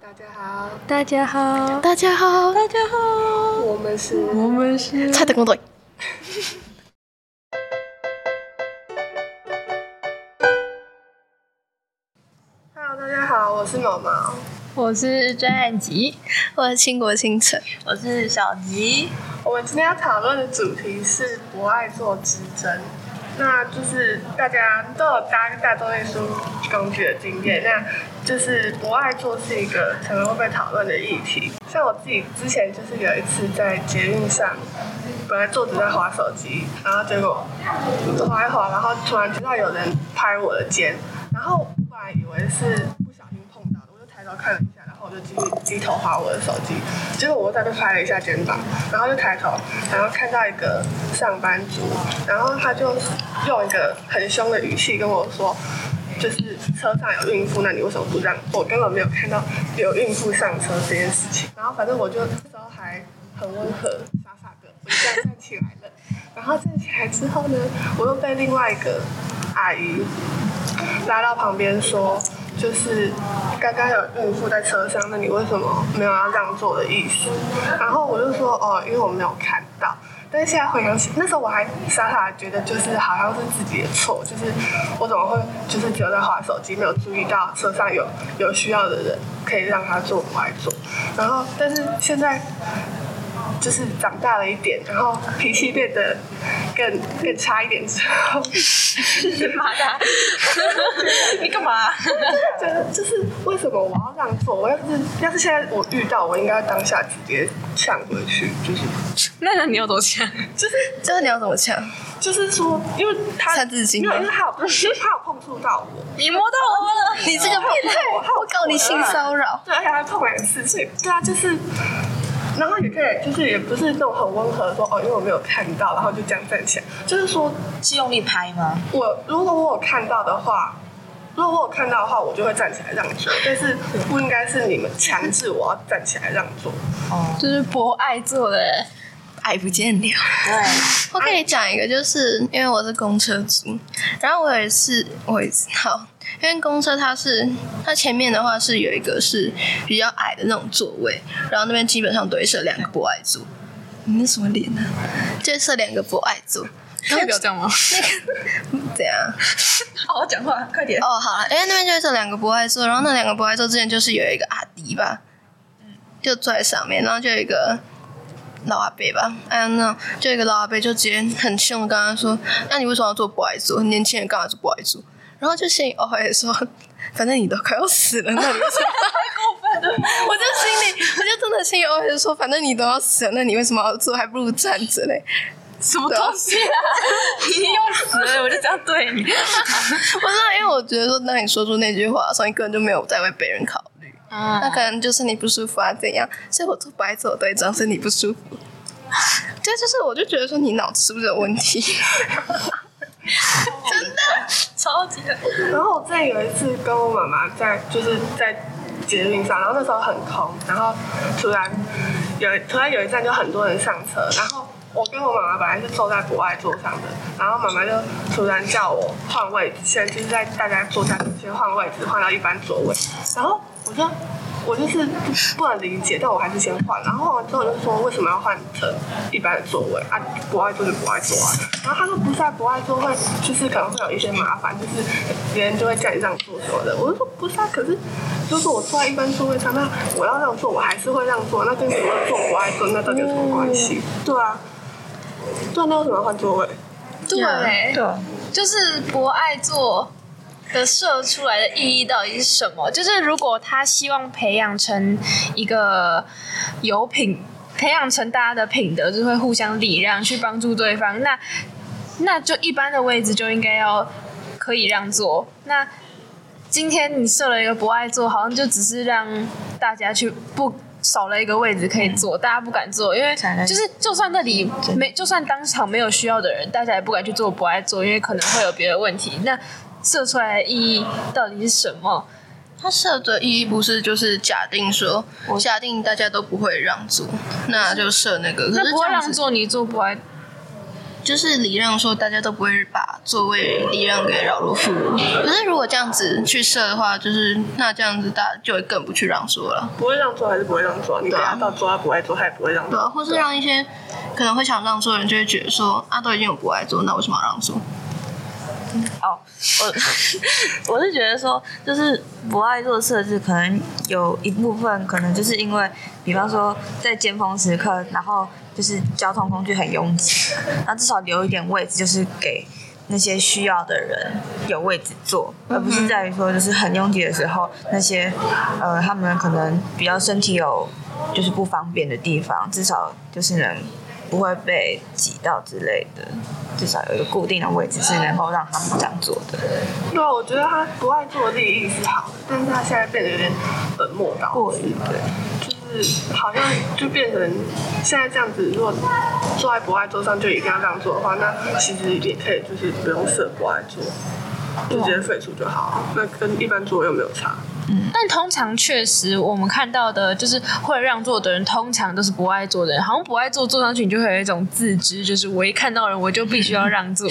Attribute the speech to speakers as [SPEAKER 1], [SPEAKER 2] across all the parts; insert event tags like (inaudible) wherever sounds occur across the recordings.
[SPEAKER 1] 大家好，
[SPEAKER 2] 大家好，
[SPEAKER 3] 大家好，
[SPEAKER 2] 大家好，
[SPEAKER 1] 我们是
[SPEAKER 2] 我们是
[SPEAKER 3] 菜的工队。
[SPEAKER 1] Hello，大家好，我是毛毛。
[SPEAKER 2] 我是专辑，
[SPEAKER 3] 我是倾国倾城，
[SPEAKER 2] 我是小吉。
[SPEAKER 1] 我们今天要讨论的主题是不爱做之争，那就是大家都有搭大众运输工具的经验，那就是不爱做是一个常常会被讨论的议题。像我自己之前就是有一次在捷运上，本来坐着在划手机，然后结果划一划，然后突然听到有人拍我的肩，然后我本来以为是不小心碰到的，我就抬头看了一下，然后我就继续低头划我的手机，结果我又再被拍了一下肩膀，然后就抬头，然后看到一个上班族，然后他就用一个很凶的语气跟我说。就是车上有孕妇，那你为什么不让？我根本没有看到有孕妇上车这件事情。然后反正我就那时候还很温和，傻傻的，我就这样站起来了。然后站起来之后呢，我又被另外一个阿姨拉到旁边说，就是刚刚有孕妇在车上，那你为什么没有要让座的意思？然后我就说哦，因为我没有看到。但是现在回想起，那时候我还傻傻的觉得，就是好像是自己的错，就是我怎么会就是只有在划手机，没有注意到车上有有需要的人可以让他坐，我来坐。然后，但是现在就是长大了一点，然后脾气变得更更差一点之后，
[SPEAKER 2] 妈的， (laughs) 你干嘛？
[SPEAKER 1] 觉得就是为什么我要让座？我要是要是现在我遇到，我应该当下直接呛回去，就是
[SPEAKER 2] 那那你要多想，
[SPEAKER 1] 就是
[SPEAKER 3] 这你要怎么抢？
[SPEAKER 1] 就是说，因为他
[SPEAKER 3] 三字经
[SPEAKER 1] 没
[SPEAKER 3] 吗
[SPEAKER 1] 有，因为他有他有碰触到我。
[SPEAKER 2] 你摸到我 (laughs) 了，
[SPEAKER 3] 你这个变态，我告你性骚扰。
[SPEAKER 1] 对，而且还碰两次，所以对啊，就是，然后也可以，就是也不是那种很温和的说哦，因为我没有看到，然后就这样站起来，就是说
[SPEAKER 2] 是用力拍吗？
[SPEAKER 1] 我如果我有看到的话，如果我有看到的话，我就会站起来让座，但是不应该是你们强制我要站起来让座。
[SPEAKER 2] 哦，就是博爱做的，
[SPEAKER 3] 爱不见了。
[SPEAKER 2] 对，
[SPEAKER 3] 我可以讲一个，就是因为我是公车族，然后我也是我也知道，因为公车它是它前面的话是有一个是比较矮的那种座位，然后那边基本上都会设两个博爱座。你那什么脸呢、啊？就会设两个博爱座。然后
[SPEAKER 2] 不要这样吗？
[SPEAKER 3] 怎样？
[SPEAKER 2] 好好讲话，快点。
[SPEAKER 3] 哦，好，因为那边就是有两个博爱座，然后那两个博爱座之前就是有一个阿迪吧，就坐在上面，然后就有一个老阿伯吧，哎呀，那就有一个老阿伯就直接很凶的跟他说：“那你为什么要做博爱座？年轻人干嘛做博爱座？”然后就心里哦，也说：“反正你都快要死了，那你为什么？”我就心里，我就真的心里 OS 说，反正你都要死了，那你为什么要做？还不如站着嘞。
[SPEAKER 2] 什么东西啊！ (laughs) 你要死了，我就这样对你。
[SPEAKER 3] 不是，因为我觉得说，当你说出那句话的时候，你根本就没有在为别人考虑。
[SPEAKER 2] 啊
[SPEAKER 3] 那可能就是你不舒服啊，怎样？所以我做白走对装身体不舒服。 (laughs) 对，就是我就觉得说你脑子是不是有问题？ (laughs)
[SPEAKER 2] 超级的，
[SPEAKER 1] 然后我之前有一次跟我妈妈在就是在捷运上，然后那时候很空，然后突然有突然有一站就很多人上车，然后我跟我妈妈本来是坐在国外座上的，然后妈妈就突然叫我换位置，现在就是在大家坐下先换位置，换到一般座位，然后我就。我就是不不能理解，但我还是先换。然后换完之后我就说为什么要换成一般的座位啊？不爱坐就不爱坐啊。然后他说不是啊，不爱坐会就是可能会有一些麻烦，就是别人就会叫你让座什么的。我就说不是啊，可是如果我坐在一般座位上，那我要让座我还是会让座，那跟什么坐不爱坐那到底有什么关系？
[SPEAKER 3] 嗯
[SPEAKER 1] 对啊，对啊，那为什么要换座位？
[SPEAKER 2] 对，啊就是博爱座的设出来的意义到底是什么？就是如果他希望培养成一个有品，培养成大家的品德，就是会互相礼让，去帮助对方，那那就一般的位置就应该要可以让座。那今天你设了一个博爱座，好像就只是让大家去不。少了一个位置可以坐，大家不敢坐，因
[SPEAKER 3] 嗯
[SPEAKER 2] 为就是就算那里没，就算当场没有需要的人，大家也不敢去做不爱做，因为可能会有别的问题。那设出来的意义到底是什么？
[SPEAKER 3] 它设的意义不是就是假定说，假定大家都不会让座，那就设那个。可
[SPEAKER 2] 那
[SPEAKER 3] 是
[SPEAKER 2] 不会
[SPEAKER 3] 这样
[SPEAKER 2] 让
[SPEAKER 3] 子
[SPEAKER 2] 座，你做不爱
[SPEAKER 3] 就是礼让说大家都不会把座位礼让给扰弱妇孺。可是如果这样子去设的话，就是那这样子大家就会更不去让座了。
[SPEAKER 1] 不会让座还是不会让座？你给
[SPEAKER 3] 对啊
[SPEAKER 1] 他到桌，他不爱做，他也不会让
[SPEAKER 3] 对
[SPEAKER 1] 座。
[SPEAKER 3] 啊，或是让一些可能会想让座的人就会觉得说，啊，都已经有不爱做，那为什么要
[SPEAKER 4] (laughs)
[SPEAKER 3] 让座？
[SPEAKER 4] 哦，我 (laughs) 我是觉得说，就是不爱做设置，可能有一部分可能就是因为，比方说在尖峰时刻，然后就是交通工具很拥挤，那至少留一点位置，就是给那些需要的人有位置坐，而不是在于说就是很拥挤的时候，那些呃他们可能比较身体有就是不方便的地方，至少就是能。不会被挤到之类的，至少有一个固定的位置是能够让他们这样做的。
[SPEAKER 1] 对啊，我觉得他不爱做的利益是好的，但是他现在变得有点本末倒
[SPEAKER 4] 过
[SPEAKER 1] 置
[SPEAKER 4] 于对，
[SPEAKER 1] 就是好像就变成现在这样子，如果坐在博爱桌上就一定要这样做的话，那其实也可以就是不用设博爱桌，
[SPEAKER 3] 啊
[SPEAKER 1] 就直接废除就好。那跟一般桌又没有差。
[SPEAKER 2] 但通常确实，我们看到的就是会让座的人，通常都是不爱坐的人。好像不爱坐，坐上去你就会有一种自知，就是我一看到人，我就必须要让座。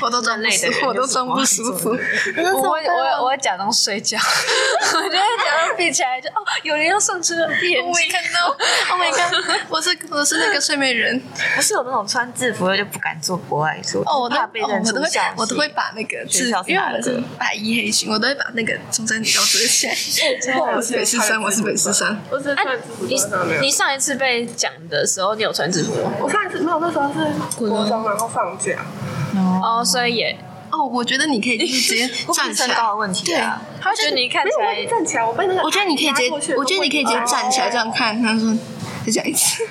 [SPEAKER 3] 我都装
[SPEAKER 2] 不舒 (laughs) 服我都装不舒服。我会我会我会假装睡觉， (laughs) 我就会假装闭起来，就哦，有人要上车了，闭眼
[SPEAKER 3] Oh
[SPEAKER 2] 睛
[SPEAKER 3] my。god, no! Oh my
[SPEAKER 2] (laughs)
[SPEAKER 3] god! (laughs) 我是我是那个睡美人
[SPEAKER 4] 不是有那种穿制服的就不敢做博爱做，
[SPEAKER 3] 哦，我
[SPEAKER 4] 就
[SPEAKER 3] 都
[SPEAKER 4] 怕被
[SPEAKER 3] 哦
[SPEAKER 4] 认
[SPEAKER 3] 我
[SPEAKER 4] 出
[SPEAKER 3] 都会
[SPEAKER 4] 校
[SPEAKER 3] 我都
[SPEAKER 4] 系
[SPEAKER 3] 会把那个
[SPEAKER 4] 学
[SPEAKER 3] 字
[SPEAKER 4] 校，是
[SPEAKER 3] 因为
[SPEAKER 4] 哪
[SPEAKER 3] 我们
[SPEAKER 4] 个
[SPEAKER 3] 是白衣黑心，我都会把那个中山女都折起来。
[SPEAKER 4] (laughs)
[SPEAKER 3] 我是北师生，我是北师生。
[SPEAKER 1] 我只是穿制服
[SPEAKER 2] 你
[SPEAKER 1] 桌上没有
[SPEAKER 2] 啊你。上一次被讲的时候，你有穿制服吗？
[SPEAKER 1] 我上一次没有，那时候是国中，然后放假。
[SPEAKER 2] 哦，所以也，
[SPEAKER 3] 哦，我觉得你可以就是直接
[SPEAKER 4] (laughs) 不是
[SPEAKER 3] 站起
[SPEAKER 4] 身
[SPEAKER 3] 来。
[SPEAKER 4] 高的问题啊。
[SPEAKER 2] 他觉得你看
[SPEAKER 1] 没
[SPEAKER 2] 起
[SPEAKER 1] 有，我
[SPEAKER 2] 来
[SPEAKER 1] 也站起来，我被那个
[SPEAKER 3] 我觉得你可以直
[SPEAKER 1] 压
[SPEAKER 3] 接
[SPEAKER 1] 过去，的
[SPEAKER 3] 我觉得你可以直接
[SPEAKER 1] 位置
[SPEAKER 3] 站起来这样看。他说，再讲
[SPEAKER 1] (laughs)
[SPEAKER 3] 一次。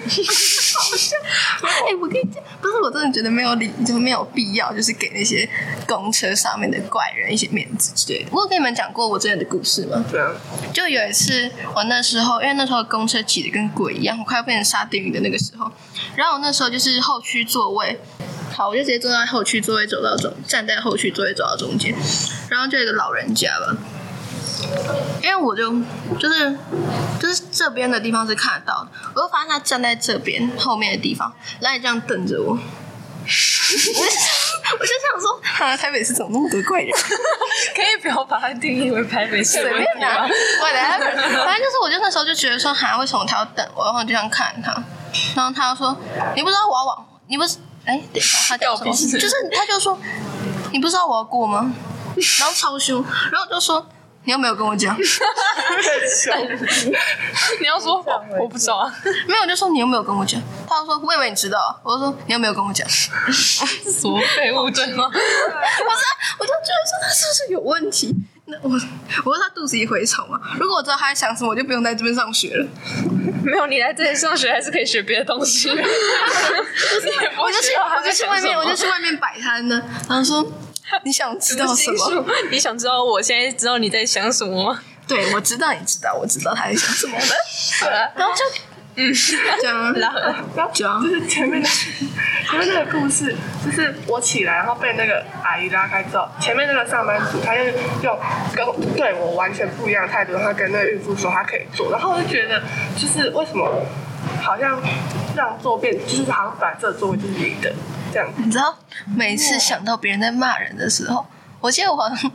[SPEAKER 3] 哎、我跟你讲，不是，我真的觉得没有理，就没有必要，就是给那些公车上面的怪人一些面子之类的。我有跟你们讲过我之前的故事吗？
[SPEAKER 1] 这样。
[SPEAKER 3] 就有一次，我那时候因为那时候公车挤得跟鬼一样，我快要变成沙丁鱼的那个时候，然后我那时候就是后区座位，好，我就直接坐在后区座位走到中，站在后区座位走到中间，然后就有一个老人家吧，因为我就就是就是这边的地方是看得到的，我就发现他站在这边后面的地方，然后也这样瞪着我，我 (laughs) 就我就想说，啊，台北是怎么那么多怪人？
[SPEAKER 2] 可以不要把它定义为拍美食
[SPEAKER 3] 随
[SPEAKER 2] 问
[SPEAKER 3] 便
[SPEAKER 2] 题
[SPEAKER 3] 拿
[SPEAKER 2] 吗？
[SPEAKER 3] (laughs) ，whatever。反正就是，我就那时候就觉得说，哈，为什么他要等我？然后我就想看他，然后他就说，你不知道我要往，你不是，哎，等一下，他讲 (laughs) 什么？
[SPEAKER 2] 要逼死
[SPEAKER 3] 就是他就说，你不知道我要过吗？然后超凶，然后我就说，你又没有跟我讲，
[SPEAKER 2] (laughs) 你要说我我不知道啊，
[SPEAKER 3] 没有，我就说你又没有跟我讲。他就说，我以为你知道，我就说你又没有跟 (laughs) 我讲。
[SPEAKER 2] 什么废物对吗？
[SPEAKER 3] 不是啊，我就觉得说他是不是有问题？那我我说他肚子里蛔虫啊！如果我知道他在想什么，我就不用在这边上学了。
[SPEAKER 2] 没有，你来这里上学还是可以学别的东 (laughs) 西。你也不
[SPEAKER 3] 我
[SPEAKER 2] 会
[SPEAKER 3] 就去
[SPEAKER 2] 学到他
[SPEAKER 3] 我
[SPEAKER 2] 在
[SPEAKER 3] 就去
[SPEAKER 2] 想
[SPEAKER 3] 外
[SPEAKER 2] 什
[SPEAKER 3] 面，
[SPEAKER 2] 么
[SPEAKER 3] 我就去外面摆摊呢。然后说你想知道什么？？
[SPEAKER 2] 你想知道我现在知道你在想什么吗？
[SPEAKER 3] 对，我知道你知道，我知道他在想什么的。
[SPEAKER 2] 啊
[SPEAKER 3] 然后就嗯，这样
[SPEAKER 1] 然后就是前面的前面那个故事，就是我起来，然后被那个阿姨拉开之后，前面那个上班族他就用跟对我完全不一样的态度，然后跟那个孕妇说他可以做，然后我就觉得就是为什么好像让座变，就是好像把这个座位就是你的这样子。
[SPEAKER 3] 你知道，每次想到别人在骂人的时候，我记得我好像 (laughs)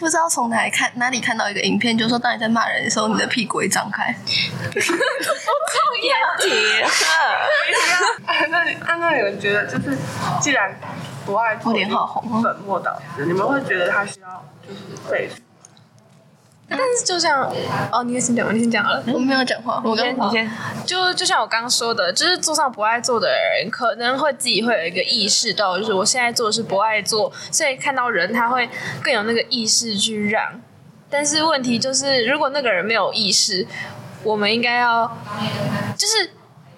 [SPEAKER 3] 不知道从哪里看哪里看到一个影片，就说当你在骂人的时候，你的屁股会张开。
[SPEAKER 1] 啊 (laughs) 那你啊那你们觉得就是既然不爱做，
[SPEAKER 3] 我脸好红哦
[SPEAKER 1] 本末倒置，你们会觉得他需要就是被
[SPEAKER 2] 但是就像哦，你先讲，你先讲好了。
[SPEAKER 3] 我没有讲话，我跟
[SPEAKER 4] 你先，
[SPEAKER 2] 就就像我刚刚说的，就是坐上不爱坐的人，可能会自己会有一个意识到，就是我现在坐的是不爱坐，所以看到人他会更有那个意识去让。但是问题就是，如果那个人没有意识，我们应该要就是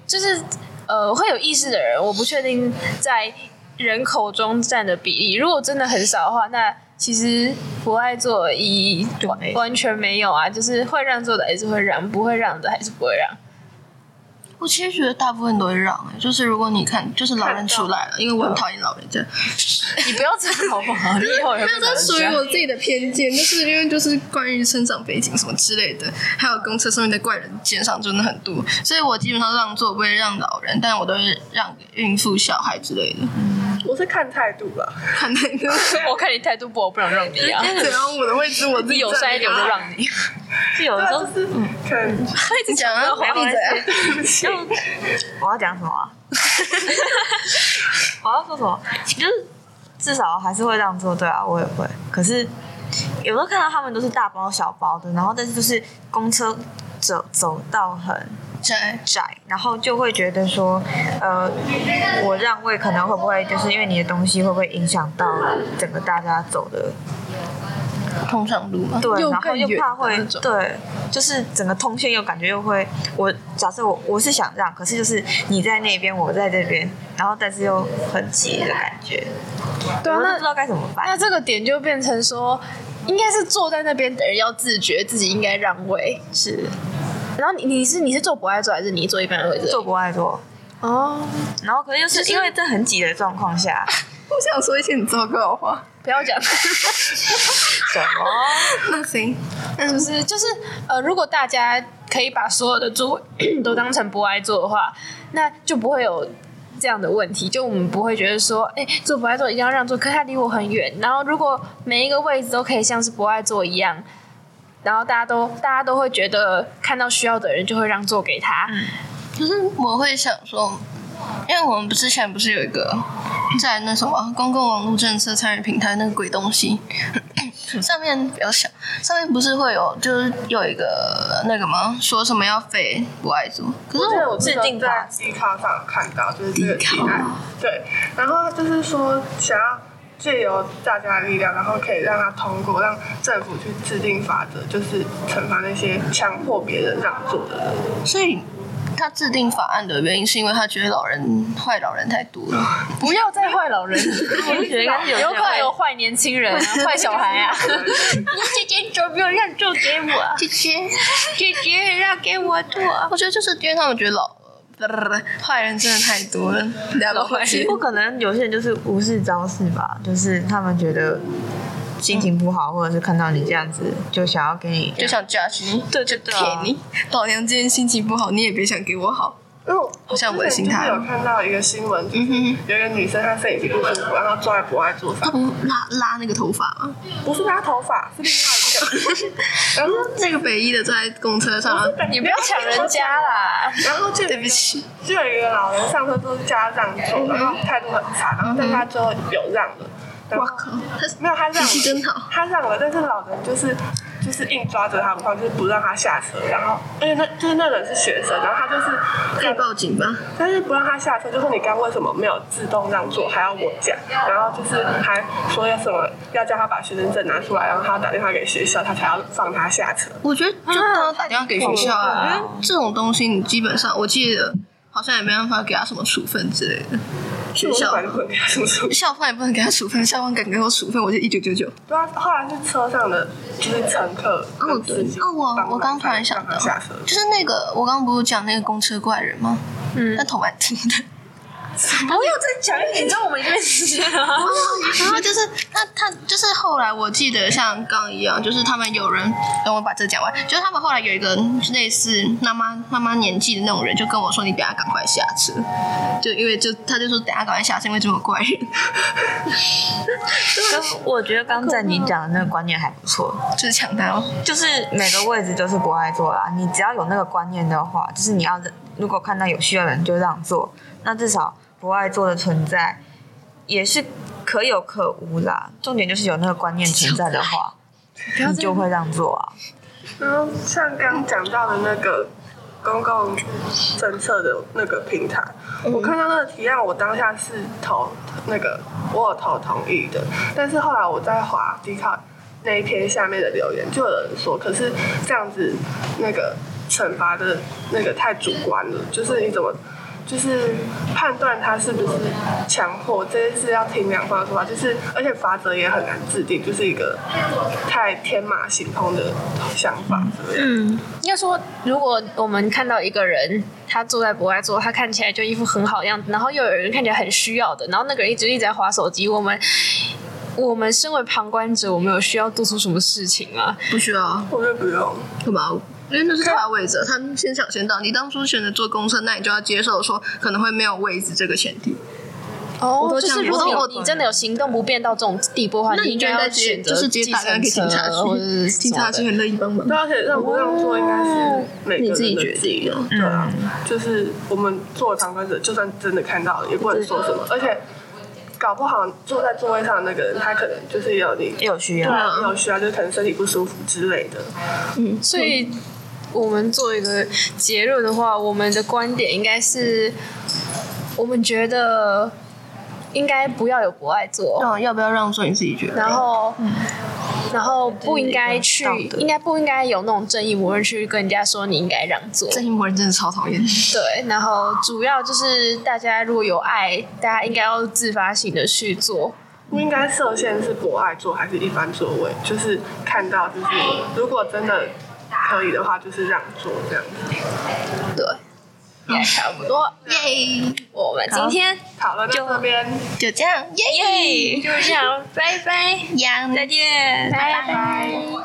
[SPEAKER 2] 就是呃会有意识的人，我不确定在人口中占的比例，如果真的很少的话，那。其实不爱做的意义完完全没有啊，就是会让座的还是会让，不会让的还是不会让。
[SPEAKER 3] 我其实觉得大部分都会让、欸，就是如果你看，就是老人出来了，因为我很讨厌老人家，
[SPEAKER 2] 你不要这样好不好？你以后也
[SPEAKER 3] 没
[SPEAKER 2] 不
[SPEAKER 3] 有，这属于我自己的偏见，就是因为就是关于生长背景什么之类的，还有公车上面的怪人鉴赏真的很多，所以我基本上让座不会让老人，但我都会让给孕妇、小孩之类的。
[SPEAKER 1] 我是看态度吧。
[SPEAKER 3] 看那
[SPEAKER 2] (laughs)
[SPEAKER 3] 个，
[SPEAKER 2] 我看你态度不好，我不能让你啊。
[SPEAKER 3] 只要我的位置我自
[SPEAKER 2] 你
[SPEAKER 3] 己
[SPEAKER 2] 友
[SPEAKER 3] 占
[SPEAKER 2] 善一点，我就
[SPEAKER 3] 啊
[SPEAKER 2] 让你。
[SPEAKER 4] 就有
[SPEAKER 1] 对
[SPEAKER 4] 的
[SPEAKER 1] 啊，
[SPEAKER 4] 时候
[SPEAKER 1] 就是
[SPEAKER 3] 嗯
[SPEAKER 1] 可能
[SPEAKER 3] 你讲啊，闭嘴
[SPEAKER 4] 就
[SPEAKER 3] 啊！
[SPEAKER 4] 我要讲什么、
[SPEAKER 3] (laughs)
[SPEAKER 4] 啊？我要说什么？就是至少还是会这样做，对啊，我也会。可是有时候看到他们都是大包小包的，然后但是就是公车走走道很
[SPEAKER 3] 对，
[SPEAKER 4] 窄，然后就会觉得说，呃，我让位可能会不会就是因为你的东西会不会影响到整个大家走的
[SPEAKER 3] 通常路嘛，
[SPEAKER 4] 对，
[SPEAKER 2] 又
[SPEAKER 4] 然后
[SPEAKER 2] 更
[SPEAKER 4] 又
[SPEAKER 2] 远
[SPEAKER 4] 怕
[SPEAKER 2] 的
[SPEAKER 4] 会
[SPEAKER 2] 那种
[SPEAKER 4] 对，就是整个通线又感觉又会，我假设我我是想让，可是就是你在那边，我在这边，然后但是又很挤的感觉，
[SPEAKER 2] 对啊
[SPEAKER 4] 我都
[SPEAKER 2] 那
[SPEAKER 4] 不知道该怎么办
[SPEAKER 2] 那。这个点就变成说，应该是坐在那边的人要自觉自己应该让位。
[SPEAKER 4] 是
[SPEAKER 2] 然后你你是你是坐不爱坐还是你坐一般的位置？
[SPEAKER 4] 做不爱做，
[SPEAKER 2] 哦，
[SPEAKER 4] 然后可是就是因为在很挤的状
[SPEAKER 2] (laughs)
[SPEAKER 4] 况下，
[SPEAKER 3] 我想说一些很糟糕的话。
[SPEAKER 2] 不要讲。
[SPEAKER 4] 什么
[SPEAKER 3] 那行，
[SPEAKER 2] (laughs) 就是就是呃，如果大家可以把所有的座位都当成博爱座的话，那就不会有这样的问题。就我们不会觉得说，哎、坐博爱座一定要让座，可是它离我很远。然后如果每一个位置都可以像是博爱座一样，然后大家都大家都会觉得看到需要的人就会让座给他。
[SPEAKER 3] 可是我会想说，因为我们不之前不是有一个在那什么公共网络政策参与平台那个鬼东西，上面比较小，上面不是会有就是有一个那个吗？说什么要废不爱做，可是
[SPEAKER 1] 我记得
[SPEAKER 3] 我
[SPEAKER 1] 我
[SPEAKER 4] 制定
[SPEAKER 1] 在
[SPEAKER 4] 法
[SPEAKER 1] 地卡上有看到，就是这个提
[SPEAKER 3] 地
[SPEAKER 1] 案
[SPEAKER 3] E 卡，
[SPEAKER 1] 对，然后就是说想要借由大家的力量，然后可以让它通过，让政府去制定法则，就是惩罚那些强迫别人让座的人。
[SPEAKER 3] 所以他制定法案的原因是因为他觉得老人坏老人太多了，
[SPEAKER 2] 不要再坏老人，
[SPEAKER 4] 我就觉得应该是
[SPEAKER 2] (laughs)
[SPEAKER 4] 有
[SPEAKER 2] 有
[SPEAKER 4] 些
[SPEAKER 2] 可能
[SPEAKER 4] 位
[SPEAKER 2] 有坏年轻人 (laughs) 啊，坏小孩啊。
[SPEAKER 4] 姐姐怎么没有让座给我？
[SPEAKER 3] 姐姐。
[SPEAKER 4] 姐姐让给我坐。
[SPEAKER 3] (laughs) 我觉得就是因为他们觉得老不不不坏人真的太多了，两个坏
[SPEAKER 4] 其
[SPEAKER 3] 人
[SPEAKER 4] 实不可能有些人就是无视招式吧，就是他们觉得心情不好，或者是看到你这样子，就想要给你
[SPEAKER 3] 就想 judge 你，
[SPEAKER 4] 嗯对对对啊
[SPEAKER 3] 舔你。老娘今天心情不好，你也别想给我好。
[SPEAKER 1] 因为我
[SPEAKER 3] 哦好像我的心
[SPEAKER 1] 之
[SPEAKER 3] 态
[SPEAKER 1] 前就是有看到一个新闻，就是
[SPEAKER 3] 嗯哼，
[SPEAKER 1] 有一个女生她身体不舒服，然后坐在不爱坐
[SPEAKER 3] 他 (laughs)
[SPEAKER 1] 上，
[SPEAKER 3] 不
[SPEAKER 4] 嗯
[SPEAKER 3] 拉拉那个头发吗？
[SPEAKER 1] 不是她头发，是另外一个。
[SPEAKER 4] 嗯
[SPEAKER 1] 然后
[SPEAKER 3] 那个北一的坐在公车上，
[SPEAKER 2] 你不要抢人家
[SPEAKER 4] (laughs)
[SPEAKER 2] 啦！
[SPEAKER 1] (laughs) 然后就有一个
[SPEAKER 3] 对不起，嗯
[SPEAKER 1] 就有一个老人上车都是家让座，然后态度很差，然后但他最后有让了，然
[SPEAKER 3] 哇
[SPEAKER 1] 后
[SPEAKER 3] 靠，哦他是
[SPEAKER 1] 没有他让
[SPEAKER 3] 脾
[SPEAKER 1] 了，
[SPEAKER 3] 气真好。
[SPEAKER 1] 他让了，但是老人就是就是硬抓着他不放，就是不让他下车，然后而且那就是那人是学生，然后他就是
[SPEAKER 3] 可以报警吧？
[SPEAKER 1] 但是不让他下车，就说你刚为什么没有自动让座，还要我讲，然后就是还说要什么要叫他把学生证拿出来，然后他要打电话给学校，他才要放他下车。
[SPEAKER 3] 我觉得就当打电话给学校啊，
[SPEAKER 4] 啊
[SPEAKER 3] 因为这种东西你基本上我记得好像也没办法给他什么处分之类的。学校
[SPEAKER 1] 管不能给他什么说
[SPEAKER 3] 校方也不能给他处分，校方敢给我处分，我就一九九九。
[SPEAKER 1] 对啊，后来是车上的就是乘客
[SPEAKER 3] 哦
[SPEAKER 1] 跟
[SPEAKER 3] 对
[SPEAKER 1] 司机
[SPEAKER 3] 哦，
[SPEAKER 1] 帮忙
[SPEAKER 3] 我我刚突然
[SPEAKER 1] 让
[SPEAKER 3] 想
[SPEAKER 1] 他
[SPEAKER 3] 到，
[SPEAKER 1] 下车
[SPEAKER 3] 就是那个我刚不是讲那个公车怪人吗？
[SPEAKER 2] 嗯
[SPEAKER 3] 那，头蛮秃的， (laughs)
[SPEAKER 2] 不要再讲，你知道我们这边时间了。
[SPEAKER 3] 然后就是他他就是后来我记得像刚一样，就是他们有人等我把这讲完，就是他们后来有一个类似妈妈妈妈年纪的那种人，就跟我说你等下赶快下车，就因为就他就说等下赶快下车，因为这么怪人，
[SPEAKER 4] 跟我觉得刚在你讲的那个观念还不错，
[SPEAKER 3] 就是抢他哦。
[SPEAKER 4] 就是每个位置都是不爱坐啦。你只要有那个观念的话，就是你要如果看到有需要的人就让座，那至少不爱坐的存在也是可有可无啦。重点就是有那个观念存在的话，你就会让座啊。
[SPEAKER 1] 然后像刚讲到的那个公共政策的那个平台，我看到那个提案，我当下是投那个我有投同意的，但是后来我在滑 d 卡那一篇下面的留言，就有人说，可是这样子那个惩罚的那个太主观了，就是你怎么？就是判断他是不是强迫，这件事要听两方的说法。就是，而且法则也很难制定，就是一个太天马行空的想法之类的。
[SPEAKER 2] 嗯，应该说，如果我们看到一个人，他坐在博爱座，他看起来就一副很好的样子，然后又有人看起来很需要的，然后那个人一直一直在划手机，我们。我们身为旁观者，我们有需要做出什么事情吗？
[SPEAKER 3] 不需要啊
[SPEAKER 1] 我觉得不用，
[SPEAKER 3] 干嘛？因为那是他的位置，他们先抢先到。你当初选择坐公车，那你就要接受说可能会没有位置这个前提。
[SPEAKER 2] 哦
[SPEAKER 3] 我都这
[SPEAKER 2] 就
[SPEAKER 3] 样
[SPEAKER 2] 是如
[SPEAKER 3] 我都
[SPEAKER 2] 果哦
[SPEAKER 3] 我
[SPEAKER 2] 你真的有行动不便到这种地步的话，
[SPEAKER 3] 啊那
[SPEAKER 2] 你
[SPEAKER 3] 啊你
[SPEAKER 2] 应该
[SPEAKER 3] 就
[SPEAKER 2] 要
[SPEAKER 3] 在直接
[SPEAKER 2] 选择
[SPEAKER 3] 就是直接打电话给
[SPEAKER 2] 计程车
[SPEAKER 3] 警察去 (laughs)
[SPEAKER 2] 或者是什么的
[SPEAKER 3] 警察局很乐意帮忙
[SPEAKER 1] 对，。而啊且让不让座应该是每个人的
[SPEAKER 3] 你自己决定
[SPEAKER 1] 啊。对啊，就是我们作为旁观者，就算真的看到了，也不能说什
[SPEAKER 3] 啊
[SPEAKER 1] 么。而且搞不好坐在座位上的那个人，他可能就是有你
[SPEAKER 4] 也有需
[SPEAKER 1] 对
[SPEAKER 4] 要。
[SPEAKER 1] 啊有需要，就是可能身体不舒服之类的。
[SPEAKER 2] 所以，我们做一个结论的话，我们的观点应该是，我们觉得应该不要有博爱做，
[SPEAKER 3] 那啊要不要让座你自己决定。
[SPEAKER 2] 然后，
[SPEAKER 3] 嗯
[SPEAKER 2] 然后不应该去
[SPEAKER 4] 就是一个道，德
[SPEAKER 2] 应该不应该有那种正义魔人去跟人家说你应该让座。
[SPEAKER 3] 这英国人真的超讨厌。
[SPEAKER 2] 对，然后主要就是大家如果有爱，大家应该要自发性的去
[SPEAKER 3] 哦
[SPEAKER 2] 做。
[SPEAKER 1] 不应该设限是博爱座还是一般座位，就是看到就是如果真的可以的话，就是让座这样子。
[SPEAKER 2] 对，应该差不多。
[SPEAKER 3] (laughs) 耶，
[SPEAKER 2] 我们今天嗯
[SPEAKER 1] 好了，那这边
[SPEAKER 3] 就这样，耶
[SPEAKER 2] 耶，就这样，拜拜，
[SPEAKER 3] 耶，
[SPEAKER 4] 再见。
[SPEAKER 2] 拜拜。